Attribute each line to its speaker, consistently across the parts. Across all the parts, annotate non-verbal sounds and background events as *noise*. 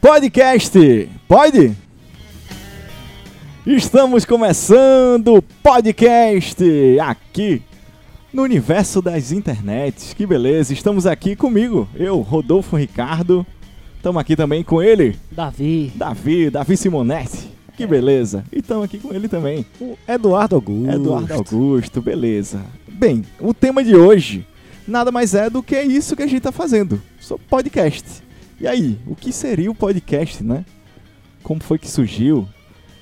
Speaker 1: podcast. Pode? Estamos começando o podcast aqui no universo das internets. Que beleza, estamos aqui comigo, eu, Rodolfo Ricardo. Estamos aqui também com ele,
Speaker 2: Davi.
Speaker 1: Davi, Davi Simonetti. Que beleza. E estamos aqui com ele também,
Speaker 3: Eduardo Augusto.
Speaker 1: Eduardo Augusto, beleza. Bem, o tema de hoje nada mais é do que isso que a gente tá fazendo, só podcast. E aí, o que seria o podcast, né? Como foi que surgiu?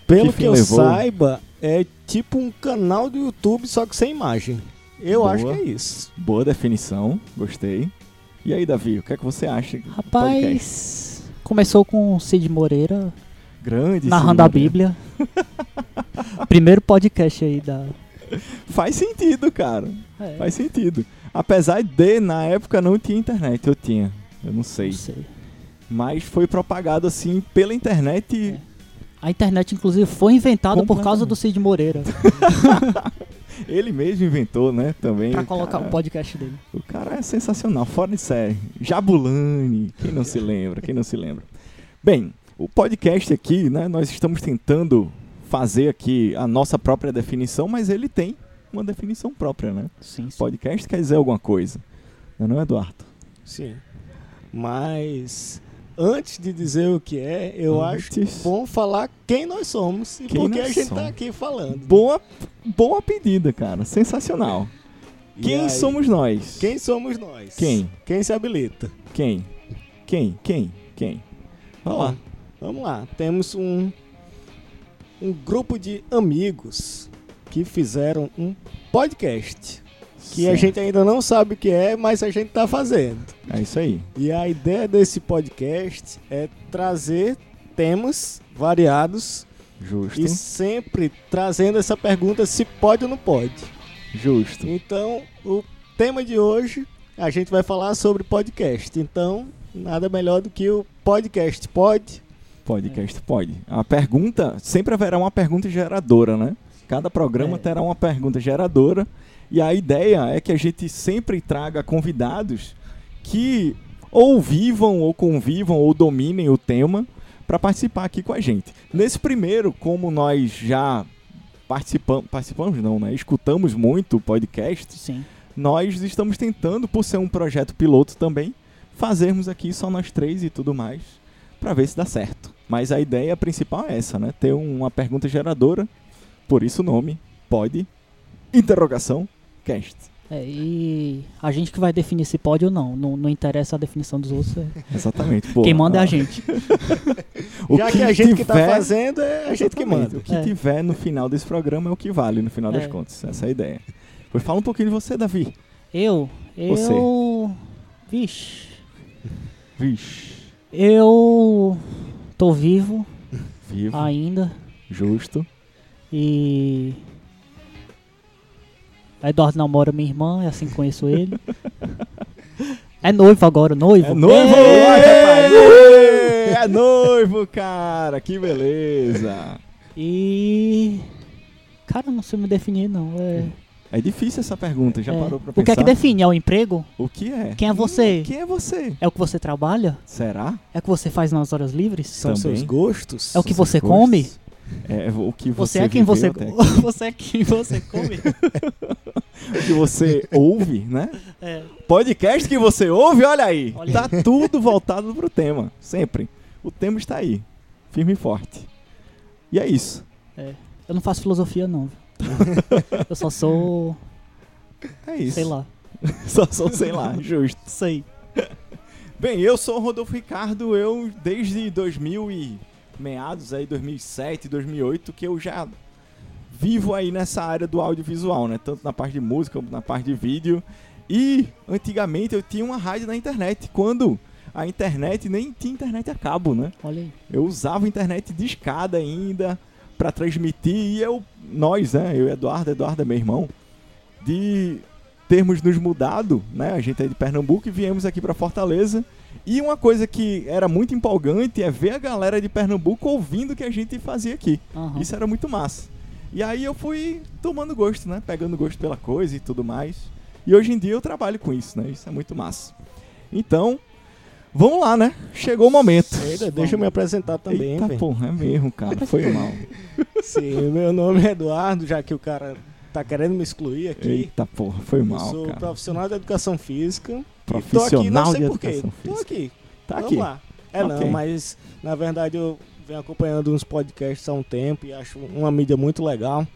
Speaker 3: Pelo
Speaker 1: Que
Speaker 3: que,
Speaker 1: fim
Speaker 3: eu
Speaker 1: levou?
Speaker 3: saiba, é tipo um canal do YouTube, só que sem imagem. Eu
Speaker 1: Boa.
Speaker 3: acho que é isso.
Speaker 1: Boa definição, gostei. E aí, Davi, o que é que você acha? do
Speaker 2: Rapaz,
Speaker 1: podcast?
Speaker 2: começou com o Cid Moreira
Speaker 1: grande. né?
Speaker 2: narrando a
Speaker 1: Simone.
Speaker 2: Bíblia. *laughs* Primeiro podcast aí da.
Speaker 1: Faz sentido, cara.
Speaker 2: É,
Speaker 1: Faz sentido. Apesar de, na época, não tinha internet. Eu tinha. Eu não sei.
Speaker 2: não sei.
Speaker 1: Mas foi propagado, assim, pela internet
Speaker 2: É.
Speaker 1: e
Speaker 2: A internet, inclusive, foi inventada por causa do Cid Moreira
Speaker 1: ele mesmo inventou, né? Também.
Speaker 2: pra
Speaker 1: O
Speaker 2: colocar
Speaker 1: cara-
Speaker 2: o podcast dele.
Speaker 1: O cara é sensacional, fora de série. Jabulani, quem não
Speaker 3: *laughs*
Speaker 1: se lembra, quem não se lembra. Bem, o podcast aqui, né, nós estamos tentando fazer aqui a nossa própria definição, mas ele tem uma definição própria, né?
Speaker 2: Sim, sim.
Speaker 1: Podcast quer dizer alguma coisa. Não é não, Eduardo?
Speaker 3: Sim. Mas antes de dizer o que é, eu acho
Speaker 1: Antes-
Speaker 3: bom falar quem nós somos e
Speaker 1: Quem
Speaker 3: por que
Speaker 1: nós
Speaker 3: a gente
Speaker 1: somos.
Speaker 3: tá aqui falando.
Speaker 1: Boa, boa pedida, cara. Sensacional.
Speaker 3: E
Speaker 1: Quem
Speaker 3: aí,
Speaker 1: somos nós?
Speaker 3: Quem somos nós?
Speaker 1: Quem?
Speaker 3: Quem se habilita?
Speaker 1: Quem? Quem? Quem? Quem? Vamos lá.
Speaker 3: Bom, Vamos lá. Temos um um grupo de amigos que fizeram um podcast que a
Speaker 1: Certo.
Speaker 3: gente ainda não sabe o que é, mas a gente tá fazendo.
Speaker 1: É isso aí.
Speaker 3: E a ideia desse podcast é trazer temas variados
Speaker 1: Justo.
Speaker 3: e sempre trazendo essa pergunta se pode ou não pode.
Speaker 1: Justo.
Speaker 3: Então, o tema de hoje a gente vai falar sobre podcast. Então, nada melhor do que o podcast pode.
Speaker 1: Podcast pode. A pergunta, sempre haverá uma pergunta geradora, né? Cada programa
Speaker 2: É.
Speaker 1: terá uma pergunta geradora. E a ideia é que a gente sempre traga convidados que ou vivam, ou convivam, ou dominem o tema para participar aqui com a gente. Nesse primeiro, como nós já participamos, participamos não, né? Escutamos muito podcast,
Speaker 2: Sim.
Speaker 1: nós estamos tentando, por ser um projeto piloto também, fazermos aqui só nós três e tudo mais, para ver se dá certo. Mas a ideia principal é essa, né? Ter uma pergunta geradora, por isso o nome, pode, interrogação, cast.
Speaker 2: É, e a gente que vai definir se pode ou não. Não, não interessa a definição dos outros. é-
Speaker 1: Exatamente. pô.
Speaker 2: Quem manda é
Speaker 1: Ah,
Speaker 2: a gente.
Speaker 1: o
Speaker 3: Já que, a gente que tá
Speaker 1: tiver-
Speaker 3: fazendo é a gente que
Speaker 1: Exatamente,
Speaker 3: manda.
Speaker 1: O que
Speaker 2: É.
Speaker 1: tiver no final desse programa é o que vale, no final das
Speaker 2: É.
Speaker 1: contas. Essa é a ideia. Pois fala um pouquinho de você, Davi.
Speaker 2: Eu. Eu.
Speaker 1: Você.
Speaker 2: Vixe.
Speaker 1: Vixe.
Speaker 2: Eu. Tô vivo
Speaker 1: Vivo,
Speaker 2: ainda.
Speaker 1: justo.
Speaker 2: E. A Eduardo namora minha irmã, é assim que conheço
Speaker 1: *laughs*
Speaker 2: ele. é noivo agora, noivo?
Speaker 1: É noivo!
Speaker 2: Ei!
Speaker 1: rapaz! Ei, É noivo, cara! Que beleza!
Speaker 2: E. Cara, eu não sei me definir, não. É,
Speaker 1: É difícil essa pergunta, já
Speaker 2: é.
Speaker 1: parou pra
Speaker 2: O que
Speaker 1: pensar?
Speaker 2: é que define? É o emprego?
Speaker 1: O que é?
Speaker 2: Quem é você?
Speaker 1: Hum, Quem é você?
Speaker 2: É o que você trabalha?
Speaker 1: Será?
Speaker 2: É o que você faz nas horas livres?
Speaker 3: São
Speaker 1: Também.
Speaker 3: seus gostos?
Speaker 2: É o que
Speaker 1: São
Speaker 2: você
Speaker 1: seus gostos?
Speaker 2: come?
Speaker 1: É o que você
Speaker 2: Você, é quem
Speaker 1: viveu
Speaker 2: você.
Speaker 1: até-
Speaker 2: *laughs* você é quem você come?
Speaker 1: O que você ouve, né?
Speaker 2: É.
Speaker 1: Podcast que você ouve, olha aí!
Speaker 2: Olha
Speaker 1: tá tudo voltado pro tema, sempre. O tema está aí, firme e forte. E é isso.
Speaker 2: Eu não faço filosofia, não.
Speaker 1: *laughs*
Speaker 2: eu só sou.
Speaker 1: É isso.
Speaker 2: Sei lá.
Speaker 1: Só sou sei lá, justo.
Speaker 2: Sei.
Speaker 1: Bem, eu sou o Rodolfo Ricardo, eu desde 2000 e meados aí 2007, 2008 que eu já vivo aí nessa área do audiovisual, né? Tanto na parte de música como na parte de vídeo. E antigamente eu tinha uma rádio na internet, quando a internet nem tinha internet a cabo, né?
Speaker 2: Olha aí.
Speaker 1: Eu usava internet de escada ainda pra transmitir e eu, nós, né? Eu, e Eduardo, Eduardo é meu irmão, de termos nos mudado, né? A gente é de Pernambuco e viemos aqui pra Fortaleza. E uma coisa que era muito empolgante é ver a galera de Pernambuco ouvindo o que a gente fazia aqui.
Speaker 2: Aham.
Speaker 1: Isso era muito massa. E aí eu fui tomando gosto, né? Pegando gosto pela coisa e tudo mais. E hoje em dia eu trabalho com isso, né? Isso é muito massa. Então, Vamos lá, né? Chegou o momento.
Speaker 3: Eita, deixa eu me apresentar também,
Speaker 1: Eita
Speaker 3: velho.
Speaker 1: porra, é mesmo, cara.
Speaker 3: *laughs*
Speaker 1: Foi mal.
Speaker 3: Sim, meu nome é Eduardo, já que o cara tá querendo me excluir aqui.
Speaker 1: Eita porra, foi
Speaker 3: eu
Speaker 1: mal,
Speaker 3: sou
Speaker 1: cara.
Speaker 3: profissional da educação física. e tá tô aqui, não
Speaker 1: Profissional
Speaker 3: sei
Speaker 1: de
Speaker 3: por quê.
Speaker 1: educação
Speaker 3: Tô
Speaker 1: física.
Speaker 3: aqui.
Speaker 1: Tá
Speaker 3: Vamos
Speaker 1: aqui.
Speaker 3: lá. É
Speaker 1: Ok.
Speaker 3: não, mas na verdade eu venho acompanhando uns podcasts há um tempo e acho uma mídia muito legal.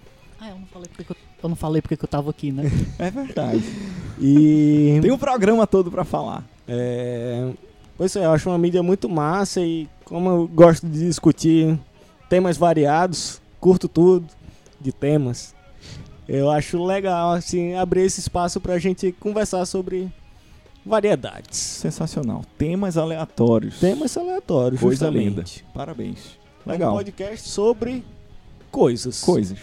Speaker 2: Ah, eu não falei porque que eu, eu não falei porque que eu tava aqui, né?
Speaker 1: É verdade.
Speaker 3: E
Speaker 1: *laughs* Tem um programa todo pra falar.
Speaker 3: É, pois é, eu acho uma mídia muito massa e como eu gosto de discutir temas variados, curto tudo de temas. Eu acho legal assim abrir esse espaço pra gente conversar sobre variedades.
Speaker 1: Sensacional. Temas aleatórios.
Speaker 3: Temas aleatórios,
Speaker 1: Coisa
Speaker 3: justamente.
Speaker 1: Parabéns.
Speaker 3: É Um
Speaker 1: Legal.
Speaker 3: podcast sobre coisas.
Speaker 1: Coisas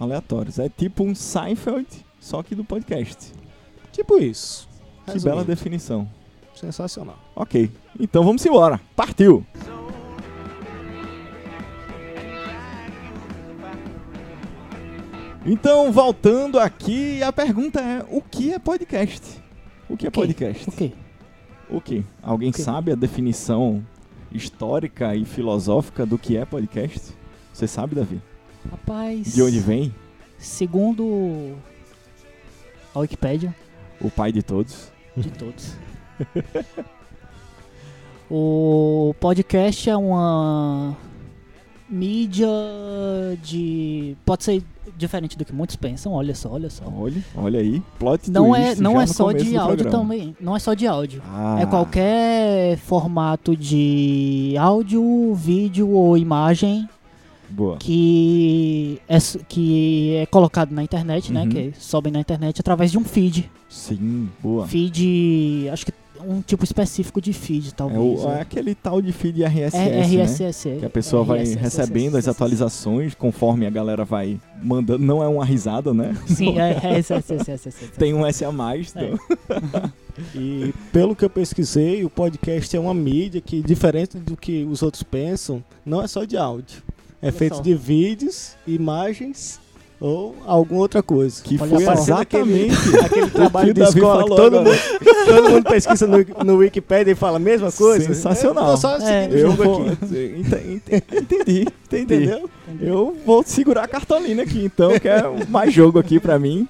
Speaker 1: aleatórias. É tipo um Seinfeld, só que do podcast.
Speaker 3: Tipo isso.
Speaker 1: Que
Speaker 3: Resumindo,
Speaker 1: bela definição.
Speaker 3: Sensacional.
Speaker 1: Ok. Então vamos embora. Partiu! Então, voltando aqui, a pergunta é: o que é podcast? O que é
Speaker 2: O quê?
Speaker 1: podcast?
Speaker 2: Ok.
Speaker 1: O que? Alguém
Speaker 2: O quê?
Speaker 1: sabe a definição histórica e filosófica do que é podcast? Você sabe, Davi?
Speaker 2: Rapaz.
Speaker 1: De onde vem?
Speaker 2: Segundo a Wikipédia
Speaker 1: O pai de todos? *laughs*
Speaker 2: de todos. o podcast é uma mídia de pode ser diferente do que muitos pensam, olha só, olha só.
Speaker 1: Olha, olha Então, aí. Plot
Speaker 2: Não é,
Speaker 1: twist
Speaker 2: não
Speaker 1: já
Speaker 2: é
Speaker 1: no
Speaker 2: só
Speaker 1: começo
Speaker 2: de
Speaker 1: do
Speaker 2: áudio
Speaker 1: programa.
Speaker 2: também, não é só de áudio.
Speaker 1: Ah,
Speaker 2: É qualquer formato de áudio, vídeo ou imagem
Speaker 1: Boa.
Speaker 2: que é, s- que é colocado na internet, né?
Speaker 1: Uhum.
Speaker 2: Que sobem na internet através de um feed.
Speaker 1: Sim, boa.
Speaker 2: Feed. Acho que um tipo específico de feed,
Speaker 1: É,
Speaker 2: talvez.
Speaker 1: o- é
Speaker 2: né?
Speaker 1: aquele tal de feed RSS,
Speaker 2: é
Speaker 1: né?
Speaker 2: RSS. é,
Speaker 1: Que a pessoa vai
Speaker 2: RSS,
Speaker 1: recebendo as
Speaker 2: RSS.
Speaker 1: atualizações conforme a galera vai mandando. Não é uma risada, né? *laughs*
Speaker 2: Sim, é RSS. RSS.
Speaker 1: Tem um S a mais.
Speaker 2: É.
Speaker 1: então-
Speaker 3: E pelo que eu pesquisei, o podcast é uma mídia que, diferente do que os outros pensam, não é só de áudio. É
Speaker 2: Olha
Speaker 3: feito
Speaker 2: só.
Speaker 3: de vídeos, imagens ou alguma outra coisa.
Speaker 1: Que
Speaker 2: Olha
Speaker 1: foi
Speaker 2: só.
Speaker 1: exatamente *laughs*
Speaker 3: tá *laughs* Aquele trabalho
Speaker 1: o
Speaker 3: de
Speaker 1: Davi
Speaker 3: escola que
Speaker 1: falou
Speaker 3: todo
Speaker 1: agora.
Speaker 3: mundo, todo mundo pesquisa no, no Wikipedia e fala a mesma coisa.
Speaker 1: Sensacional.
Speaker 3: Eu tô só seguindo
Speaker 2: É.
Speaker 3: o
Speaker 1: Eu
Speaker 3: jogo
Speaker 1: vou... *laughs*
Speaker 3: aqui.
Speaker 1: Ente- ente- Entendi, entendi.
Speaker 3: Entendeu?
Speaker 1: Eu vou segurar a cartolina aqui, então, que é mais jogo aqui pra mim.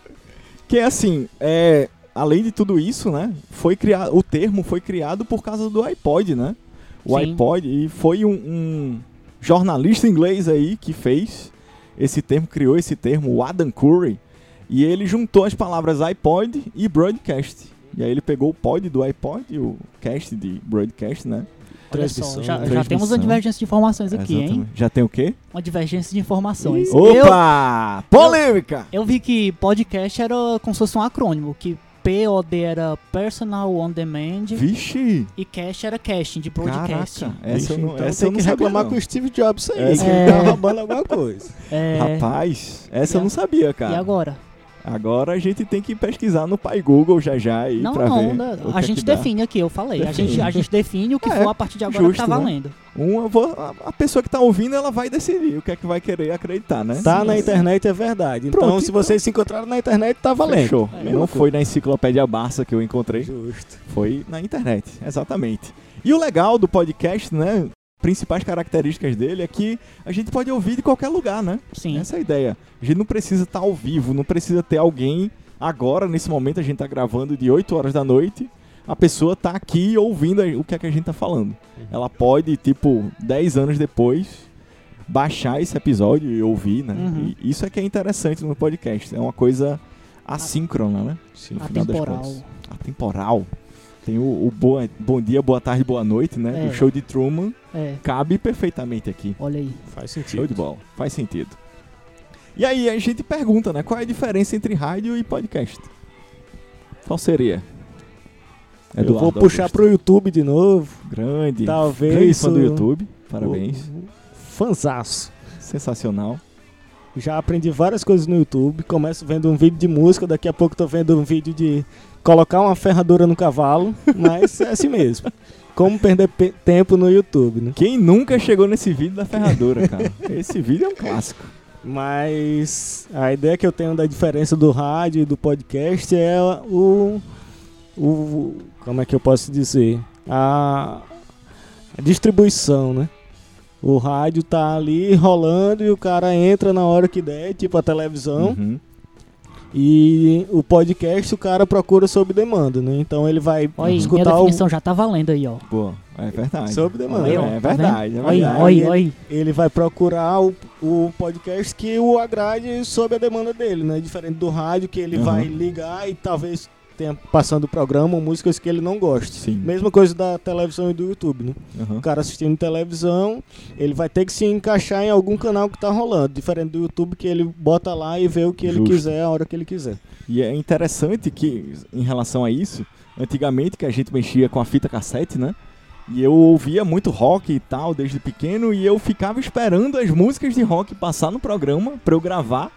Speaker 1: Que é assim, é, além de tudo isso, né? Foi criado, o termo foi criado por causa do iPod, né? O
Speaker 2: Sim.
Speaker 1: iPod e foi um, um jornalista inglês aí que fez esse termo, criou esse termo, o Adam Curry, e ele juntou as palavras iPod e broadcast. E aí ele pegou o pod do iPod e o cast de broadcast, né?
Speaker 2: Olha só,
Speaker 3: Transmissão,
Speaker 2: já,
Speaker 1: né?
Speaker 2: já temos uma
Speaker 1: Transmissão.
Speaker 2: divergência de informações aqui, hein?
Speaker 1: Exatamente. Já tem o quê?
Speaker 2: Uma divergência de informações. Eu-
Speaker 1: Opa! Polêmica!
Speaker 2: Eu vi que podcast era como se fosse um acrônimo, que POD era Personal On Demand
Speaker 1: Vixe!
Speaker 2: e Cash era Casting, de podcast.
Speaker 1: Caraca, essa eu
Speaker 3: Vixe,
Speaker 1: não,
Speaker 3: então
Speaker 1: essa
Speaker 3: tem
Speaker 1: eu não
Speaker 3: que
Speaker 1: sabia
Speaker 3: reclamar
Speaker 1: não.
Speaker 3: com o Steve Jobs aí,
Speaker 1: Essa-
Speaker 3: que ele tá
Speaker 2: É.
Speaker 3: roubando alguma coisa.
Speaker 2: É,
Speaker 1: Rapaz, essa eu não sabia, cara.
Speaker 2: e agora?
Speaker 1: Agora a gente tem que pesquisar no Pai Google já já aí
Speaker 2: não,
Speaker 1: pra ver.
Speaker 2: não, né?
Speaker 1: o que
Speaker 2: a
Speaker 1: é
Speaker 2: gente
Speaker 1: que dá.
Speaker 2: define aqui, eu falei. A
Speaker 1: Define.
Speaker 2: gente, a gente define o que
Speaker 1: É,
Speaker 2: for a partir de agora
Speaker 1: justo,
Speaker 2: que tá
Speaker 1: né?
Speaker 2: valendo.
Speaker 1: Um, eu vou- a- a pessoa que tá ouvindo, ela vai decidir o que é que vai querer acreditar, né?
Speaker 3: Tá
Speaker 2: Sim,
Speaker 3: na
Speaker 2: sim.
Speaker 3: internet, é verdade. Então,
Speaker 1: Pronto,
Speaker 3: se
Speaker 1: então.
Speaker 3: vocês se encontraram na internet, tá valendo.
Speaker 1: Fechou.
Speaker 2: É,
Speaker 1: não
Speaker 3: mesma
Speaker 1: foi na enciclopédia Barça que eu encontrei.
Speaker 3: Justo.
Speaker 1: Foi na internet, exatamente. E o legal do podcast, né? Principais características dele é que a gente pode ouvir de qualquer lugar, né?
Speaker 2: Sim.
Speaker 1: Essa é a ideia. A gente não precisa estar ao vivo, não precisa ter alguém agora, nesse momento, a gente tá gravando de 8 horas da noite. A pessoa tá aqui ouvindo a- o que é que a gente tá falando.
Speaker 2: Uhum.
Speaker 1: Ela pode, tipo, 10 anos depois, baixar esse episódio e ouvir, né?
Speaker 2: Uhum.
Speaker 1: E isso é que é interessante no podcast. É uma coisa assíncrona, né?
Speaker 3: Sim.
Speaker 1: No final das
Speaker 2: Atemporal.
Speaker 1: contas. Atemporal. Tem o, o boa, bom dia, boa tarde, boa noite, né?
Speaker 2: É.
Speaker 1: O show de Truman
Speaker 2: É,
Speaker 1: cabe perfeitamente aqui.
Speaker 2: olha aí.
Speaker 3: Faz
Speaker 1: Show
Speaker 3: sentido.
Speaker 1: de bola. Faz sentido. E aí a gente pergunta, né? Qual é a diferença entre rádio e podcast? Qual seria?
Speaker 3: Eu vou
Speaker 1: Eduardo
Speaker 3: puxar
Speaker 1: Augusto.
Speaker 3: pro YouTube de novo.
Speaker 1: Grande.
Speaker 3: Talvez
Speaker 1: Grande fã do
Speaker 3: o-
Speaker 1: YouTube. Parabéns.
Speaker 3: O- o- Fanzaço.
Speaker 1: Sensacional.
Speaker 3: Já aprendi várias coisas no YouTube. Começo vendo um vídeo de música, daqui a pouco tô vendo um vídeo de colocar uma ferradura no cavalo, mas é assim mesmo. Como perder pe- tempo no YouTube, né?
Speaker 1: Quem nunca chegou nesse vídeo da
Speaker 3: *laughs*
Speaker 1: ferradura, cara? Esse vídeo é um clássico.
Speaker 3: Mas a ideia que eu tenho da diferença do rádio e do podcast é o, o como é que eu posso dizer? a, a distribuição, né? O rádio tá ali rolando e o cara entra na hora que der, tipo a televisão.
Speaker 1: Uhum.
Speaker 3: E o podcast o cara procura sob demanda, né? Então ele vai
Speaker 2: Olha aí, minha
Speaker 3: escutar o.
Speaker 2: definição já tá valendo aí, ó.
Speaker 1: Pô, é verdade.
Speaker 3: Sob demanda.
Speaker 1: É,
Speaker 2: ó,
Speaker 1: é
Speaker 2: tá
Speaker 1: verdade, é
Speaker 2: Olha aí,
Speaker 1: verdade.
Speaker 2: olha aí, olha aí.
Speaker 3: Ele vai procurar o, o podcast que o agrade sob a demanda dele, né? Diferente do rádio, que ele
Speaker 1: Uhum.
Speaker 3: vai ligar e talvez tenha passando o programa músicas que ele não goste.
Speaker 1: Sim.
Speaker 3: Mesma coisa da televisão e do YouTube, né?
Speaker 1: Uhum.
Speaker 3: O cara assistindo televisão, ele vai ter que se encaixar em algum canal que tá rolando. Diferente do YouTube, que ele bota lá e vê o que ele
Speaker 1: Justo.
Speaker 3: quiser, a hora que ele quiser.
Speaker 1: E é interessante que, em relação a isso, antigamente que a gente mexia com a fita cassete, né? E eu ouvia muito rock e tal desde pequeno e eu ficava esperando as músicas de rock passar no programa pra eu gravar,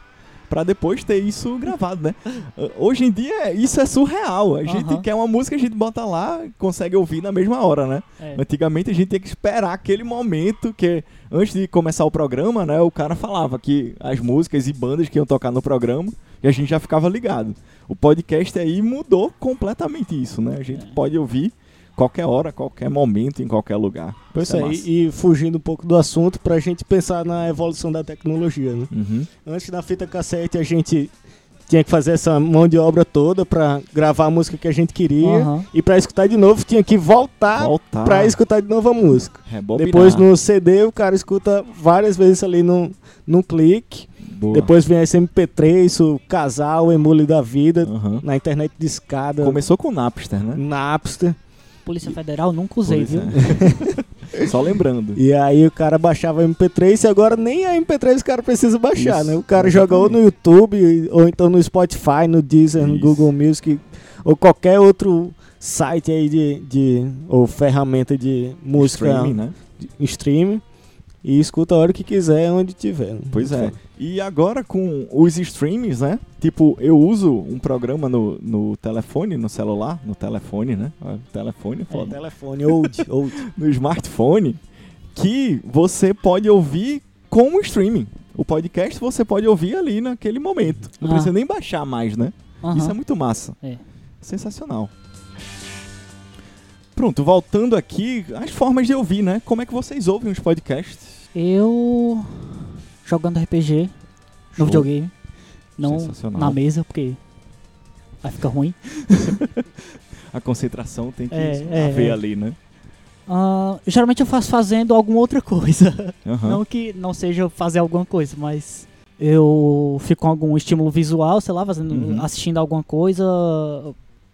Speaker 1: pra depois ter isso gravado, né? *laughs* Uh, Hoje em dia isso é surreal. A gente
Speaker 2: Aham.
Speaker 1: quer uma música, a gente bota lá, consegue ouvir na mesma hora, né?
Speaker 2: É.
Speaker 1: Antigamente a gente tinha que esperar aquele momento que, antes de começar o programa, né, o cara falava que as músicas e bandas que iam tocar no programa e a gente já ficava ligado. O podcast aí mudou completamente isso, né? A gente
Speaker 2: É.
Speaker 1: pode ouvir qualquer hora, qualquer momento, em qualquer lugar.
Speaker 3: Pois
Speaker 1: Isso
Speaker 3: é,
Speaker 1: massa.
Speaker 3: e, e fugindo um pouco do assunto, pra gente pensar na evolução da tecnologia, né?
Speaker 1: Uhum.
Speaker 3: Antes da fita cassete, a gente tinha que fazer essa mão de obra toda pra gravar a música que a gente queria.
Speaker 2: Aham.
Speaker 3: E pra escutar de novo, tinha que voltar
Speaker 1: Voltar,
Speaker 3: pra escutar de novo a música.
Speaker 1: rebobinar.
Speaker 3: Depois no CD, o cara escuta várias vezes ali num, num clique.
Speaker 1: Boa.
Speaker 3: Depois vem esse MP3, o Casal, o Emule da Vida,
Speaker 1: Aham.
Speaker 3: na internet de escada,
Speaker 1: Começou com o Napster, né?
Speaker 3: Napster.
Speaker 2: Polícia Federal nunca usei,
Speaker 1: Pois
Speaker 2: viu?
Speaker 1: é. *laughs* Só lembrando.
Speaker 3: E aí o cara baixava MP3 e agora nem a MP3 o cara precisa baixar,
Speaker 1: Isso,
Speaker 3: né? O cara joga ou no YouTube, ou então no Spotify, no Deezer, no
Speaker 1: Isso.
Speaker 3: Google Music, ou qualquer outro site aí de, de ou ferramenta de música
Speaker 1: Streaming, né?
Speaker 3: de- em stream e escuta a hora que quiser, onde tiver. né?
Speaker 1: Pois é. E agora com os streams, né? Tipo, eu uso um programa no, no telefone, no celular, no telefone, né? Ah, Telefone, é
Speaker 3: É,
Speaker 1: foda.
Speaker 3: telefone, old,
Speaker 1: *laughs*
Speaker 3: old.
Speaker 1: No smartphone, que você pode ouvir com o streaming. O podcast você pode ouvir ali naquele momento. Não
Speaker 2: Ah.
Speaker 1: precisa nem baixar mais, né? Isso é
Speaker 2: Aham.
Speaker 1: muito massa.
Speaker 2: É.
Speaker 1: Sensacional. Pronto, voltando aqui, as formas de ouvir, né? Como é que vocês ouvem os podcasts?
Speaker 2: Eu jogando
Speaker 1: Show.
Speaker 2: RPG no videogame, não
Speaker 1: Sensacional.
Speaker 2: na mesa, porque vai ficar ruim.
Speaker 1: A concentração tem que
Speaker 2: É, é,
Speaker 1: haver
Speaker 2: é.
Speaker 1: ali, né?
Speaker 2: Ah, geralmente eu faço fazendo alguma outra coisa.
Speaker 1: Aham.
Speaker 2: Não que não seja fazer alguma coisa, mas eu fico com algum estímulo visual, sei lá, fazendo,
Speaker 1: Uhum.
Speaker 2: assistindo alguma coisa,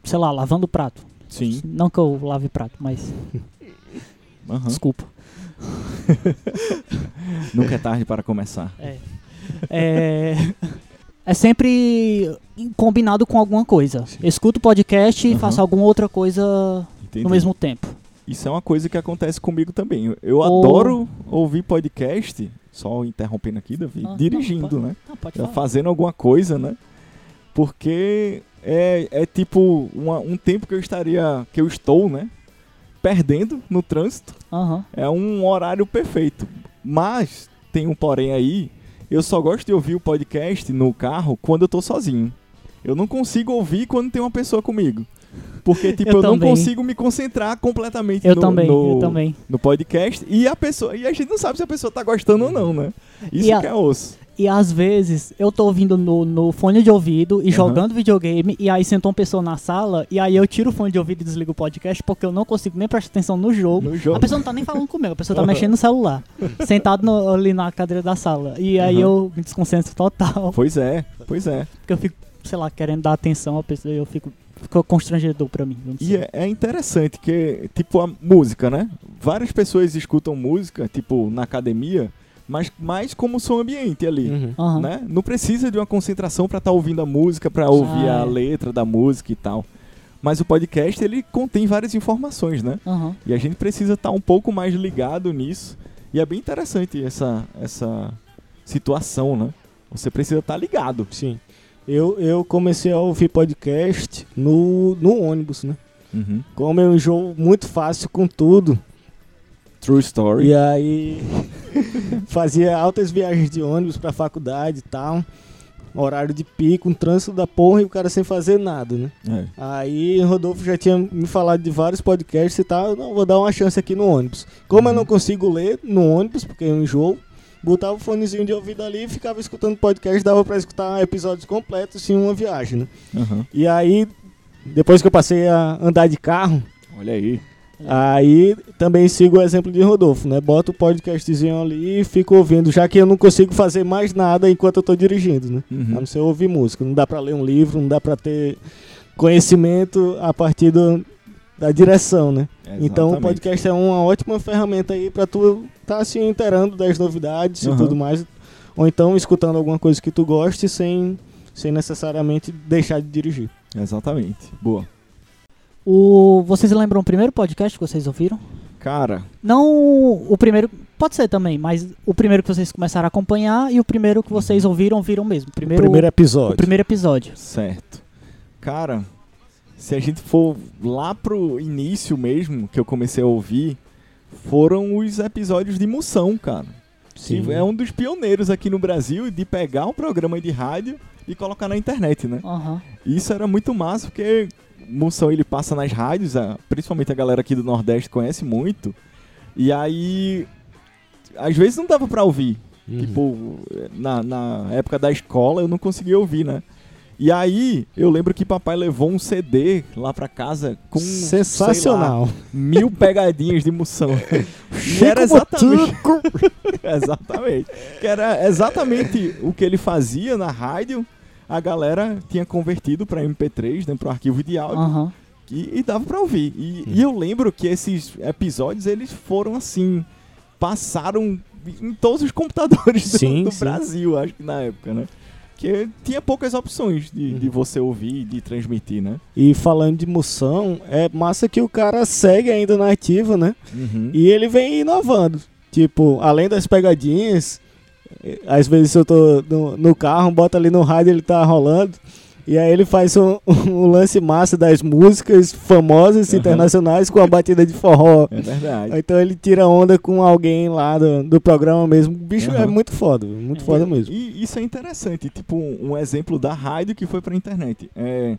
Speaker 2: sei lá, lavando o prato.
Speaker 1: Sim.
Speaker 2: Não que eu lave prato, mas
Speaker 1: Aham.
Speaker 2: desculpa.
Speaker 1: Nunca é tarde para começar.
Speaker 2: É. é, *laughs* é sempre combinado com alguma coisa.
Speaker 1: Sim.
Speaker 2: Eu escuto podcast e
Speaker 1: Aham.
Speaker 2: faço alguma outra coisa
Speaker 1: Entendi.
Speaker 2: no mesmo tempo.
Speaker 1: Isso é uma coisa que acontece comigo também. Eu- Eu
Speaker 2: Ou-
Speaker 1: adoro ouvir podcast, só interrompendo aqui, Davi,
Speaker 2: Ah,
Speaker 1: dirigindo,
Speaker 2: não,
Speaker 1: né?
Speaker 2: Ah, pode
Speaker 1: Já
Speaker 2: falar.
Speaker 1: fazendo alguma coisa, né? Porque é, é tipo uma- um tempo que eu estaria, que eu estou, né? Perdendo no trânsito.
Speaker 2: Aham.
Speaker 1: É um horário perfeito. Mas tem um porém aí. Eu só gosto de ouvir o podcast no carro quando eu tô sozinho. Eu não consigo ouvir quando tem uma pessoa comigo. Porque, tipo, eu,
Speaker 2: *laughs* Eu
Speaker 1: não
Speaker 2: também.
Speaker 1: consigo me concentrar completamente
Speaker 2: Eu
Speaker 1: no,
Speaker 2: também,
Speaker 1: no,
Speaker 2: eu também.
Speaker 1: no podcast. E a pessoa. E a gente não sabe se a pessoa tá gostando ou não, né? Isso
Speaker 2: E a-
Speaker 1: que é osso.
Speaker 2: E às vezes eu tô ouvindo no, no fone de ouvido e
Speaker 1: Aham.
Speaker 2: jogando videogame, e aí sentou uma pessoa na sala, e aí eu tiro o fone de ouvido e desligo o podcast, porque eu não consigo nem prestar atenção no jogo.
Speaker 1: No jogo.
Speaker 2: A pessoa não tá nem falando comigo, a pessoa tá mexendo no celular, sentado no- ali na cadeira da sala. E aí eu me desconcentro total,
Speaker 1: Pois é, pois é.
Speaker 2: porque eu fico, sei lá, querendo dar atenção à pessoa, e eu fico. Ficou constrangedor pra mim. vamos
Speaker 1: E
Speaker 2: dizer.
Speaker 1: é, é interessante que, tipo, a música, né? Várias pessoas escutam música, tipo, na academia, mas mais como som ambiente ali.
Speaker 3: Uhum.
Speaker 2: Aham.
Speaker 1: né? Não precisa de uma concentração pra estar ouvindo a música, pra ouvir
Speaker 2: Ah,
Speaker 1: a
Speaker 2: é.
Speaker 1: letra da música e tal. Mas o podcast ele contém várias informações, né?
Speaker 2: Aham.
Speaker 1: E a gente precisa estar um pouco mais ligado nisso. E é bem interessante essa essa situação, né? Você precisa estar ligado.
Speaker 3: Sim. Eu, eu comecei a ouvir podcast no, no ônibus, né?
Speaker 1: Uhum.
Speaker 3: Como eu enjoo muito fácil com tudo,
Speaker 1: True story.
Speaker 3: E *laughs* aí fazia altas viagens de ônibus pra faculdade e tal. horário de pico, um trânsito da porra e o cara sem fazer nada, né?
Speaker 1: É.
Speaker 3: Aí o Rodolfo já tinha me falado de vários podcasts e tal, eu não vou dar uma chance aqui no ônibus. Como eu não consigo ler no ônibus, porque eu enjoo, botava o fonezinho de ouvido ali e ficava escutando podcast, dava pra escutar episódios completos em uma viagem, né?
Speaker 1: Aham.
Speaker 3: E aí, depois que eu passei a andar de carro,
Speaker 1: Olha aí.
Speaker 3: Aí também sigo o exemplo de Rodolfo, né? Bota o podcastzinho ali e fico ouvindo, já que eu não consigo fazer mais nada enquanto eu tô dirigindo, né? A
Speaker 1: Uhum.
Speaker 3: não ser ouvir música. Não dá pra ler um livro, não dá pra ter conhecimento a partir do- da direção, né? Então o
Speaker 1: Exatamente.
Speaker 3: podcast é uma ótima ferramenta aí pra tu tá se inteirando das novidades
Speaker 1: Aham.
Speaker 3: e tudo mais. Ou então escutando alguma coisa que tu goste sem, sem necessariamente deixar de dirigir.
Speaker 1: Exatamente. Boa.
Speaker 2: O, vocês lembram o primeiro podcast que vocês ouviram?
Speaker 1: Cara,
Speaker 2: Não o primeiro, pode ser também, mas o primeiro que vocês começaram a acompanhar e o primeiro que vocês ouviram, viram mesmo. Primeiro,
Speaker 3: Primeiro episódio.
Speaker 2: o primeiro episódio.
Speaker 1: certo. Cara, se a gente for lá pro início mesmo, que eu comecei a ouvir, foram os episódios de Moção, cara. Que é um dos pioneiros aqui no Brasil de pegar um programa de rádio e colocar na internet, né?
Speaker 2: Aham.
Speaker 1: Isso era muito massa, porque Moção ele passa nas rádios, a- principalmente a galera aqui do Nordeste conhece muito. E aí, às vezes não dava pra ouvir.
Speaker 3: Uhum.
Speaker 1: Tipo, na, na época da escola eu não conseguia ouvir, né? E aí, eu lembro que papai levou um CD lá pra casa com sei lá,
Speaker 3: Sensacional.
Speaker 1: mil pegadinhas de moção. E era exatamente. exatamente. Que era exatamente o que ele fazia na rádio. A galera tinha convertido pra MP3, né, pro arquivo de áudio,
Speaker 2: Aham.
Speaker 1: e, e dava pra ouvir. E, e eu lembro que esses episódios eles foram assim, passaram em todos os computadores *laughs* do,
Speaker 3: Sim,
Speaker 1: do
Speaker 3: sim.
Speaker 1: Brasil, acho que na época, né? Que tinha poucas opções de,
Speaker 3: Uhum.
Speaker 1: de você ouvir e de transmitir, né?
Speaker 3: *laughs* E falando de moção, é massa que o cara segue ainda na ativa, né? E ele vem inovando. Tipo, além das pegadinhas, eh, às vezes eu tô no, no carro, bota ali no rádio, ele tá rolando. E aí ele faz um, *laughs* um lance massa das músicas famosas
Speaker 1: Aham.
Speaker 3: internacionais com a batida de forró.
Speaker 1: É verdade.
Speaker 3: Ou Então ele tira onda com alguém lá do, do programa mesmo. O bicho é
Speaker 1: Aham.
Speaker 3: muito foda, muito
Speaker 2: É.
Speaker 3: foda mesmo.
Speaker 1: E isso é interessante, tipo um um exemplo da rádio que foi pra internet. É,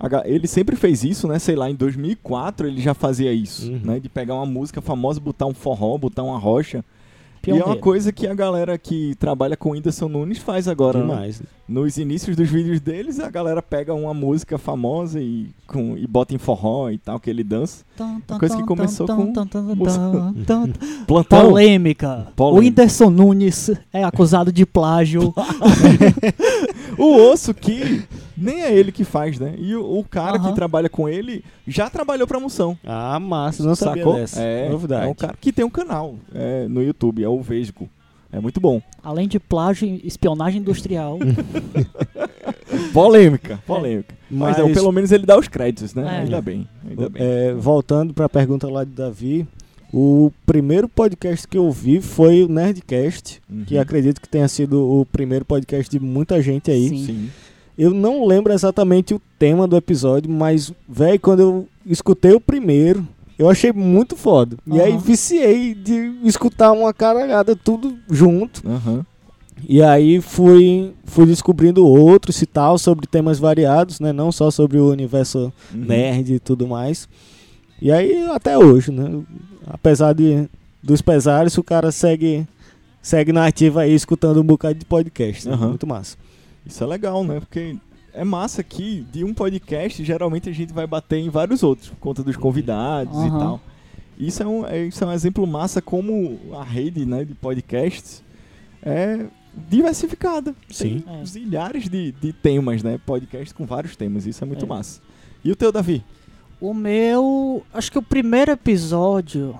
Speaker 1: a ga- ele sempre fez isso, né? Sei lá, em 2004 ele já fazia isso,
Speaker 3: Uhum.
Speaker 1: né? De pegar uma música famosa, botar um forró, botar uma rocha. E é uma
Speaker 2: Pioneiro.
Speaker 1: coisa que a galera que trabalha com o Whindersson Nunes faz agora, né?
Speaker 3: Demais.
Speaker 1: Nos inícios dos vídeos deles, a galera pega uma música famosa e, com, e bota em forró e tal, que ele dança. coisa que começou com *laughs* Plantão!
Speaker 2: Polêmica.
Speaker 1: Polêmica.
Speaker 2: O Whindersson Nunes é acusado de plágio.
Speaker 1: *laughs* O osso que nem é ele que faz, né? E o, o cara
Speaker 2: Aham.
Speaker 1: que trabalha com ele já trabalhou pra moção.
Speaker 3: Ah, massa, não sabia
Speaker 1: sacou?
Speaker 3: dessa.
Speaker 1: É,
Speaker 3: Novidade.
Speaker 1: é um cara que tem um canal é, no YouTube, é o Vesgo. É muito bom.
Speaker 2: Além de plágio, espionagem
Speaker 1: *laughs*
Speaker 2: industrial.
Speaker 1: Polêmica, *laughs* polêmica. Mas,
Speaker 3: É. Mas,
Speaker 1: não, pelo menos ele dá os créditos, né?
Speaker 2: É.
Speaker 1: Ainda bem, ainda bem.
Speaker 3: é, voltando para a pergunta lá de Davi, o primeiro podcast que eu vi foi o Nerdcast,
Speaker 1: Uhum.
Speaker 3: que acredito que tenha sido o primeiro podcast de muita gente aí.
Speaker 2: Sim.
Speaker 1: Sim.
Speaker 3: Eu não lembro exatamente o tema do episódio, mas, velho, quando eu escutei o primeiro, eu achei muito foda. E aí
Speaker 2: Aham.
Speaker 3: viciei de escutar uma caralhada tudo junto.
Speaker 1: Aham.
Speaker 3: E aí fui, fui descobrindo outros e tal, sobre temas variados, né? Não só sobre o universo
Speaker 1: Uhum.
Speaker 3: nerd e tudo mais. E aí até hoje, né? Apesar de, dos pesares, o cara segue, segue na ativa aí escutando um bocado de podcast. né?
Speaker 1: Aham.
Speaker 3: Muito massa.
Speaker 1: Isso é legal, né? Porque é massa que de um podcast, geralmente a gente vai bater em vários outros, por conta dos convidados e
Speaker 2: Aham.
Speaker 1: tal. Isso é, um, é- isso é um exemplo massa como a rede né, de podcasts é diversificada.
Speaker 3: Sim.
Speaker 1: Tem
Speaker 2: É.
Speaker 1: zilhares de, de temas, né? Podcasts com vários temas. Isso é muito
Speaker 2: É.
Speaker 1: massa. E o teu, Davi?
Speaker 2: o meu. Acho que o primeiro episódio